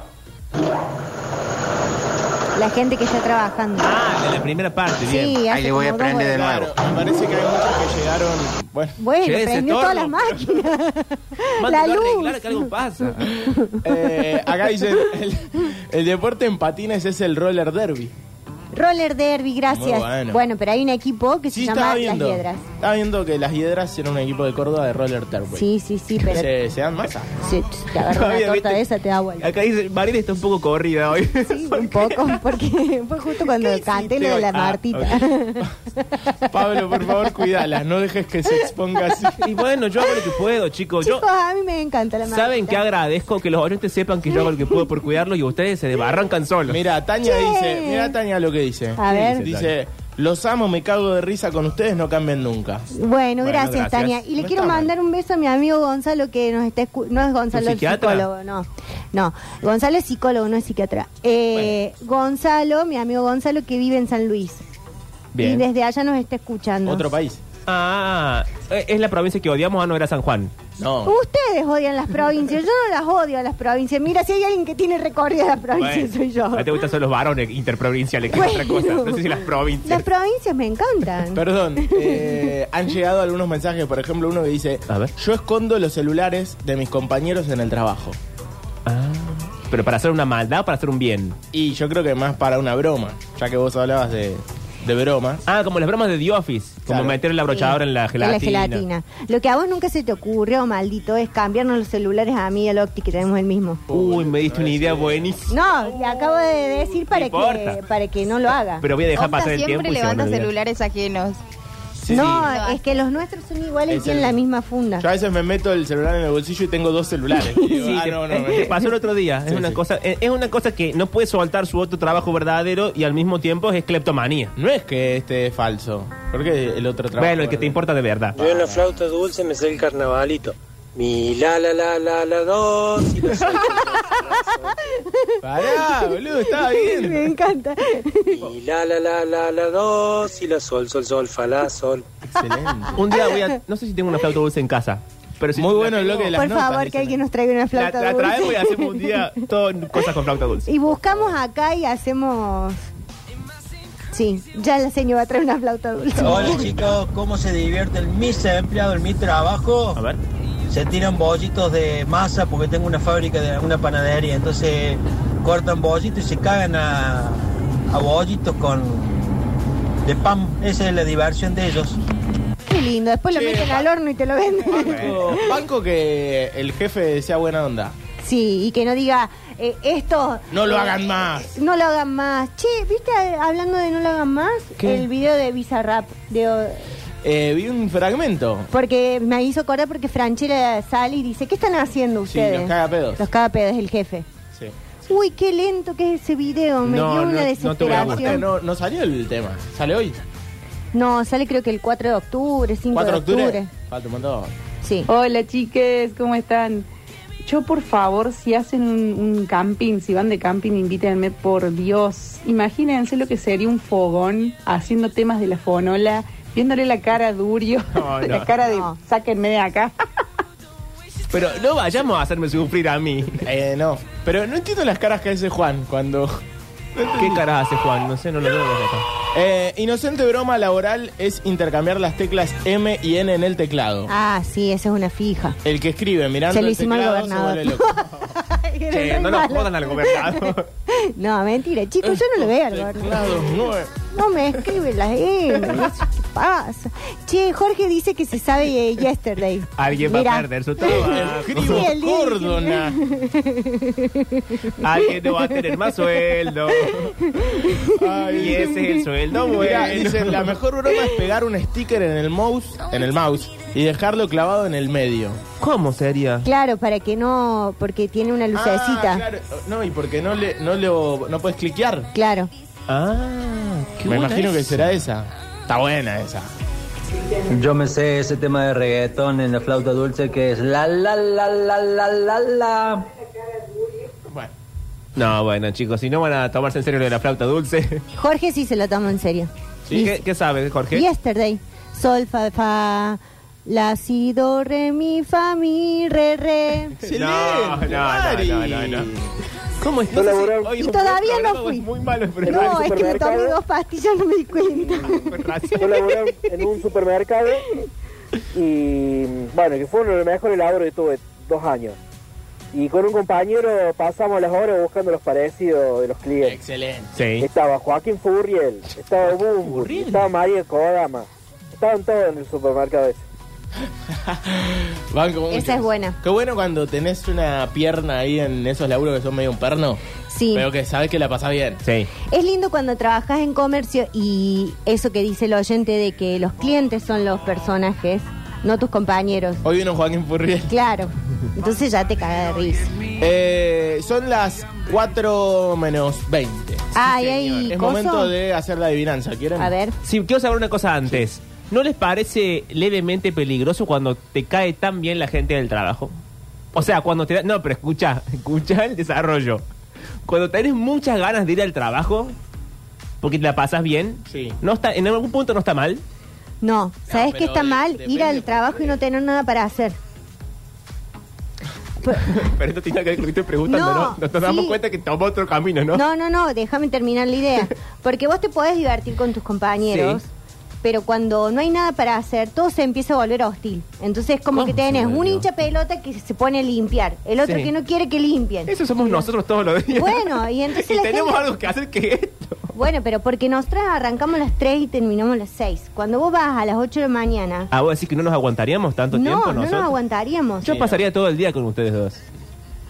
La gente que está trabajando. Ah, de la primera parte, bien. sí, hace Ahí le voy a como dos prender de horas. nuevo. Claro, me parece que hay muchos que llegaron. Bueno, Bueno, Che, ese prendió todas las torno. [LAUGHS] máquinas. la Mándalo a arreglar, luz. que algo [LAUGHS] pasa. [LAUGHS] eh, acá dicen, el, el deporte en patines es el roller derby. Roller derby, gracias. Muy bueno. pero hay un equipo que Sí, se llama estaba Las viendo. Piedras. Estaba viendo que las hiedras eran un equipo de Córdoba de roller derby. Sí, sí, sí, pero Se, se dan masa. Sí, te agarra una Todavía, torta ¿viste? de esa, te da vuelta. Acá dice, Marina está un poco corrida hoy. [LAUGHS] Sí, un poco, [LAUGHS] porque fue justo cuando ¿Qué canté hiciste lo de hoy? la Ah, Martita. [LAUGHS] [LAUGHS] Pablo, por favor, cuídala. No dejes que se exponga así. Y bueno, yo hago lo que puedo, chicos. Yo, Chicos, a mí me encanta la Martita. ¿Saben que agradezco que los oyentes sepan que yo hago lo que puedo por cuidarlo y ustedes se desbarrancan solos? Mira, Tania Che. dice, mira Tania lo que dice. A ver. Dice, los amo, me cago de risa con ustedes, no cambien nunca. Bueno, Bueno, gracias, gracias. Tania. Y le No quiero está mal. mandar un beso a mi amigo Gonzalo, que nos está escu- No es Gonzalo el psiquiatra? psicólogo, no. No, Gonzalo es psicólogo, no es psiquiatra. Eh, Gonzalo, mi amigo Gonzalo, que vive en San Luis. Y Bien. desde allá nos está escuchando. Otro país. Ah, eh, es la provincia que odiamos, ah, no era San Juan. No. Ustedes odian las provincias, yo no las odio a las provincias. Mira, si hay alguien que tiene recorrido de las provincias, Bueno, soy yo. A ti te gustan son los varones interprovinciales, que es otra cosa. No sé si las provincias. Las provincias me encantan. Perdón, eh, han llegado algunos mensajes, por ejemplo, uno que dice, A ver. yo escondo los celulares de mis compañeros en el trabajo. Ah, pero para hacer una maldad o para hacer un bien. Y yo creo que más para una broma, ya que vos hablabas de, de broma. Ah, como las bromas de The Office. Como Claro. meter el abrochador en la gelatina. gelatina. Lo que a vos nunca se te ocurrió, maldito, es cambiarnos los celulares a mí y al Octi, que tenemos el mismo. Uy, me diste una idea buenísima. No, le acabo de decir para importa. que, para que no lo haga. Pero voy a dejar Octa pasar el tiempo. siempre y se van a levanta olvidar. celulares ajenos. Sí, no, sí. es que los nuestros son iguales Es y tienen el- la misma funda. Yo a veces me meto el celular en el bolsillo y tengo dos celulares. Y digo, [LAUGHS] Sí, ah, te, no, no, no. te [LAUGHS] pasó el otro día. Es Sí, una sí. cosa, eh, es, es una cosa que no puede soltar su otro trabajo verdadero y al mismo tiempo es cleptomanía. No es que este es falso. Porque el otro trabajo. Bueno, el que te ¿verdad? importa de verdad. Yo en la flauta dulce me sé el carnavalito. Mi la la la la la dos. Y los ocho, Pará, boludo, [LAUGHS] estaba me [LAUGHS] bien. encanta. mi la la la la la dos. Y la sol, sol, sol, fa, la, sol. Excelente. Un día voy a. No sé si tengo una flauta dulce en casa. Pero si Muy la bueno el tengo, bloque de las Por notas, favor, que dicen alguien ahí. nos traiga [LAUGHS] una La, flauta la dulce. traemos y hacemos un día todo en- cosas con flauta dulce. [LAUGHS] Y buscamos acá y hacemos... Sí, ya la señora va a traer una flauta dulce. Hola chicos, ¿cómo se divierte el mis empleado en mi trabajo? A ver. se tiran bollitos de masa porque tengo una fábrica de una panadería, entonces cortan bollitos y se cagan a, a bollitos con de pan, esa es la diversión de ellos. Qué lindo. Después lo Sí, meten pa- al horno y te lo venden. Banco, banco que el jefe sea buena onda. Sí, y que no diga eh, esto. No lo eh, hagan más. No lo hagan más. Che, ¿viste eh, hablando de no lo hagan más? ¿Qué? El video de Bizarrap. De, o- Eh, vi un fragmento. porque me hizo acordar porque Franchella sale y dice, ¿qué están haciendo Sí, ustedes? los caga pedos. Los caga pedos, el jefe. Sí. Uy, qué lento que es ese video. Me No, dio no- una no te voy a Pero Gracias. aparte desesperación. No, no, no salió el tema. Sale hoy. sale creo que el 4 de octubre, 5 4 de octubre. Oh. octubre. Falta un montón. Sí. Hola chiques, ¿cómo están? Yo por favor, si hacen un, un camping, si van de camping, invítenme por Dios. Imagínense lo que sería un fogón haciendo temas de la fonola, viéndole la cara a Durio, [LAUGHS] No, no. la cara de No. sáquenme de acá. Pero no vayamos a hacerme sufrir a mí. Eh, no. Pero no entiendo las caras que hace Juan cuando. ¿Qué cara hace Juan? No sé, no lo veo desde acá. Eh, inocente broma laboral es intercambiar las teclas M y N en el teclado. Ah, sí, esa es una fija. El que escribe mirando Se lo el hicimos al teclado se gobernador. vuelve loco. Era Che, [LAUGHS] re no nos malo. jodan al gobernador. [LAUGHS] No, mentira, Eh, chicos, yo no lo veo al gobernador. [LAUGHS] Teclados nueve. No me escriben las M, no sé ¿qué pasa? Che, Jorge dice que se sabe eh, yesterday. Alguien va Mirá. a perder su Escribo Sí, el trabajo. día que- Córdona. Alguien no va a tener más sueldo. y ese es el sueldo Mirá, bueno. dicen, la mejor broma es pegar un sticker en el mouse, en el mouse y dejarlo clavado en el medio. ¿Cómo sería? Claro, para que no, porque tiene una lucecita. Ah, claro. claro. No, y porque no le, no lo, no puedes cliquear. Ah, qué Me buena imagino que esa. será esa. Está buena esa. Yo me sé ese tema de reggaetón en la flauta dulce que es la la la la la la la. Bueno. No, bueno, chicos, si no van a tomarse en serio lo de la flauta dulce. Jorge sí se lo toma en serio. ¿Sí? ¿Qué, qué sabes, Jorge? Yesterday. Sol, fa, fa. La, si, do, re, mi, fa, mi, re, re. No, Excelente, no, no, no, Mari. no, no. ¿Cómo es? No sé si- hoy es Y un todavía programa, no fui. es Muy malo el programa. No, es que me tomé dos pastillas, no me di cuenta. Con razón. Yo laburé en un supermercado y bueno, que fue uno de los mejores labores que tuve dos años. Y con un compañero pasamos las horas buscando los parecidos de los clientes. Excelente. Sí. Estaba Joaquín Furriel, estaba Bumburi, estaba María Kodama. Estaban todos en el supermercado ese. [LAUGHS] Banco mucho. Esa es buena. Qué bueno cuando tenés una pierna ahí en esos laburos que son medio un perno. Sí. Pero que sabes que la pasás bien. Sí. Es lindo cuando trabajas en comercio y eso que dice el oyente de que los clientes son los personajes, no tus compañeros. Hoy vino Joaquín Furriel. Claro. Entonces ya te caga de risa. Eh, son las 4 menos 20. Ay, ay, Es coso. momento de hacer la adivinanza. ¿Quieren? A ver. Sí, quiero saber una cosa antes. ¿No les parece levemente peligroso cuando te cae tan bien la gente del trabajo? O sea, cuando te da... No, pero escucha, escucha el desarrollo. Cuando tenés muchas ganas de ir al trabajo, porque te la pasas bien, Sí. no está, en algún punto no está mal. No, ¿sabes pero qué está de- mal? depende Ir al por trabajo y no tener nada para hacer. Por- Pero esto tiene que ver con lo que estoy preguntando, No, ¿no? Nos damos sí. cuenta que tomó otro camino, ¿no? No, no, no, déjame terminar [LAUGHS] la idea. Porque vos te podés divertir con tus compañeros, Sí. pero cuando no hay nada para hacer, todo se empieza a volver hostil. Entonces, como ¿Cómo que se tenés un volvió? hincha pelota que se pone a limpiar, el otro Sí. que no quiere que limpien. Eso somos nosotros todos los días. [LAUGHS] Bueno, y entonces la tenemos gente- algo que hacer que esto. Bueno, pero porque nosotras arrancamos las 3 y terminamos las 6. Cuando vos vas a las 8 de la mañana, Ah, vos decís que no nos aguantaríamos tanto no, tiempo no nosotros. nos aguantaríamos. Yo pasaría todo el día con ustedes dos.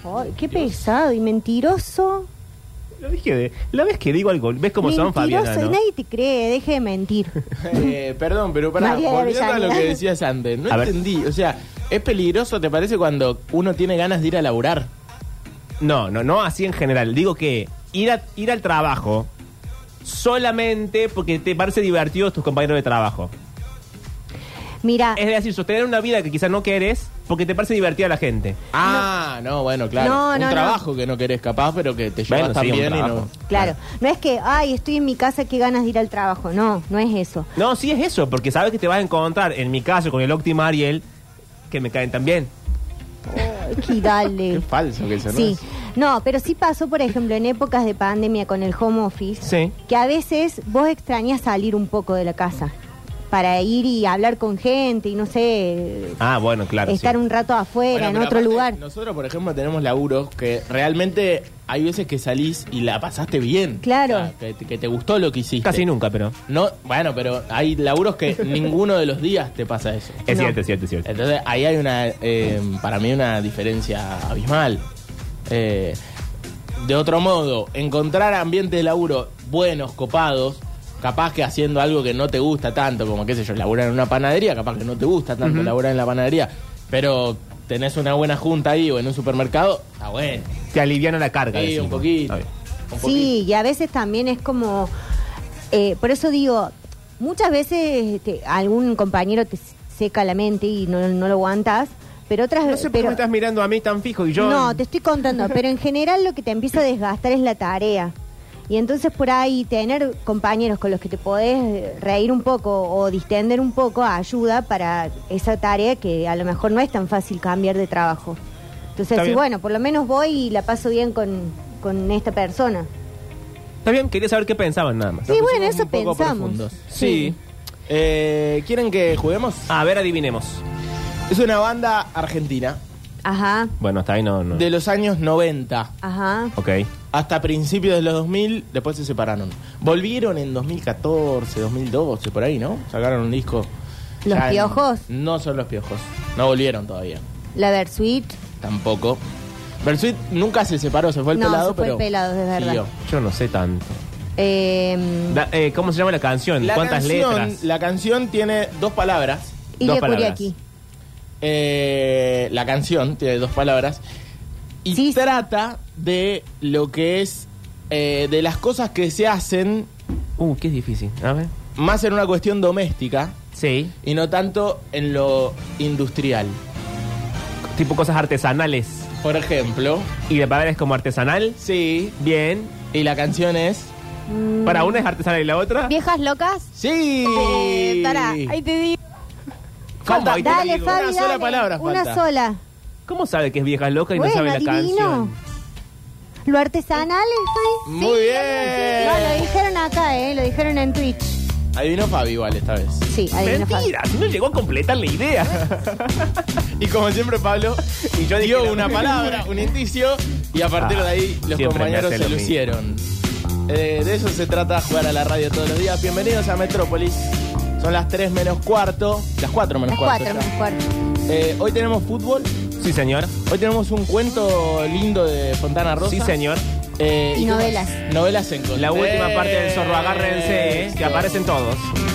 Ay, qué pesado y mentiroso. Lo dije de- la vez que digo algo, ves cómo son mentiroso, Fabiana, ¿no? y nadie te cree, deje de mentir. [LAUGHS] [LAUGHS] Eh, perdón, pero para María de volviendo a lo Avellaneda. que decías antes, no A ver. entendí. O sea, ¿es peligroso, te parece, cuando uno tiene ganas de ir a laburar? No, no, no así en general. Digo que ir, a- ir al trabajo solamente porque te parece divertido tus compañeros de trabajo. Mira, Es decir, sostener una vida que quizás no querés porque te parece divertida a la gente. Ah, no, bueno, claro. No, un no, no. trabajo que no querés capaz, pero que te Bueno, llevas tan sí, un bien y no. trabajo. claro, no es que, ay, estoy en mi casa, qué ganas de ir al trabajo. No, no [LAUGHS] es eso. No, sí es eso, porque sabes que te vas a encontrar, en mi caso, con el Octi Mariel, que me caen también. Ay, qué dale. Qué falso que eso, ¿no? Sí, Es- no, pero sí pasó, por ejemplo, en épocas de pandemia con el home office, Sí. que a veces vos extrañas salir un poco de la casa. para ir y hablar con gente y no sé, Ah, bueno, claro. sí. estar un rato afuera, Bueno, en pero otro aparte, lugar. Nosotros, por ejemplo, tenemos laburos que realmente hay veces que salís y la pasaste bien. Claro. O sea, que, te- que te gustó lo que hiciste. Casi nunca, pero. No, bueno, pero hay laburos que [LAUGHS] ninguno de los días te pasa eso. Es No. cierto, es cierto, es cierto. Entonces ahí hay una, eh, para mí una diferencia abismal. Eh, de otro modo, encontrar ambientes de laburo buenos, copados, capaz que haciendo algo que no te gusta tanto, como qué sé yo, laburar en una panadería, capaz que no te gusta tanto laburar en la panadería, pero tenés una buena junta ahí o en un supermercado, está bueno. Te aliviana la carga. Sí, decimos. un poquito. Está bien. un poquito. Sí, y a veces también es como, eh, por eso digo, muchas veces te- algún compañero te seca la mente y no, no lo aguantas, pero otras No veces... sé por qué me estás mirando a mí tan fijo y yo. No, te estoy contando, pero en general lo que te empieza a desgastar es la tarea. Y entonces por ahí tener compañeros con los que te podés eh, reír un poco o distender un poco ayuda para esa tarea que a lo mejor no es tan fácil cambiar de trabajo. Entonces, Está sí, bien. bueno, por lo menos voy y la paso bien con, con esta persona. Está bien, quería saber qué pensaban nada más. Sí, bueno, pusimos eso un poco pensamos. profundos. Sí. Eh, ¿Quieren que juguemos? A ver, adivinemos. Es una banda argentina Ajá, Bueno, hasta ahí no. no. de los años 90. ajá. Ok. Hasta principios de los 2000, después se separaron. Volvieron en 2014, 2012, por ahí, ¿no? Sacaron un disco. ¿Los Ya en- Piojos? No son los piojos. No volvieron todavía. La Versuit. Tampoco. Versuit nunca se separó, se fue el No, pelado, se fue el pero. pelado, es verdad. siguió. Yo no sé tanto. eh, Da- eh, ¿Cómo se llama la canción? La ¿Cuántas canción, letras? La canción tiene dos palabras. Ilia Dos palabras. Kuriaki. Eh, la canción tiene dos palabras. Y Sí. trata de lo que es. eh, de las cosas que se hacen Uh, qué difícil. A ver. más en una cuestión doméstica. Sí. y no tanto en lo industrial. Tipo cosas artesanales. Por ejemplo, Y la palabra es como artesanal. sí, Bien. y la canción es Para una es artesanal y la otra. ¿Viejas locas? sí. Eh, pará, ahí te digo. Falta dale, ¿Cómo? Dale, una Fabi, sola dale. palabra Una falta. sola. ¿Cómo sabe que es vieja loca y Bueno, no sabe la adivino. canción? Lo artesanal, Fabi. Muy No, lo bien. dijeron acá, ¿eh? Lo dijeron en Twitch. Adivinó Fabi igual esta vez. Sí, adivina Fabi. Mentira, si no llegó a completar la idea. Y como siempre [LAUGHS] Pablo Y yo dije dio la- una palabra, un indicio y a partir Ah, de ahí los siempre me compañeros hace se lo mismo. lucieron. Eh, de eso se trata jugar a la radio todos los días. Bienvenidos a Metrópolis. Son las 3 menos cuarto, las 4 menos Las cuarto. cuatro, ya. menos cuatro. Eh, hoy tenemos fútbol. Sí, señor. Hoy tenemos un cuento lindo de Fontana Rosa. Sí, señor. Eh, Y qué más? novelas. Novelas en Eh, La última parte del zorro, agárrense, eh, que aparecen todos.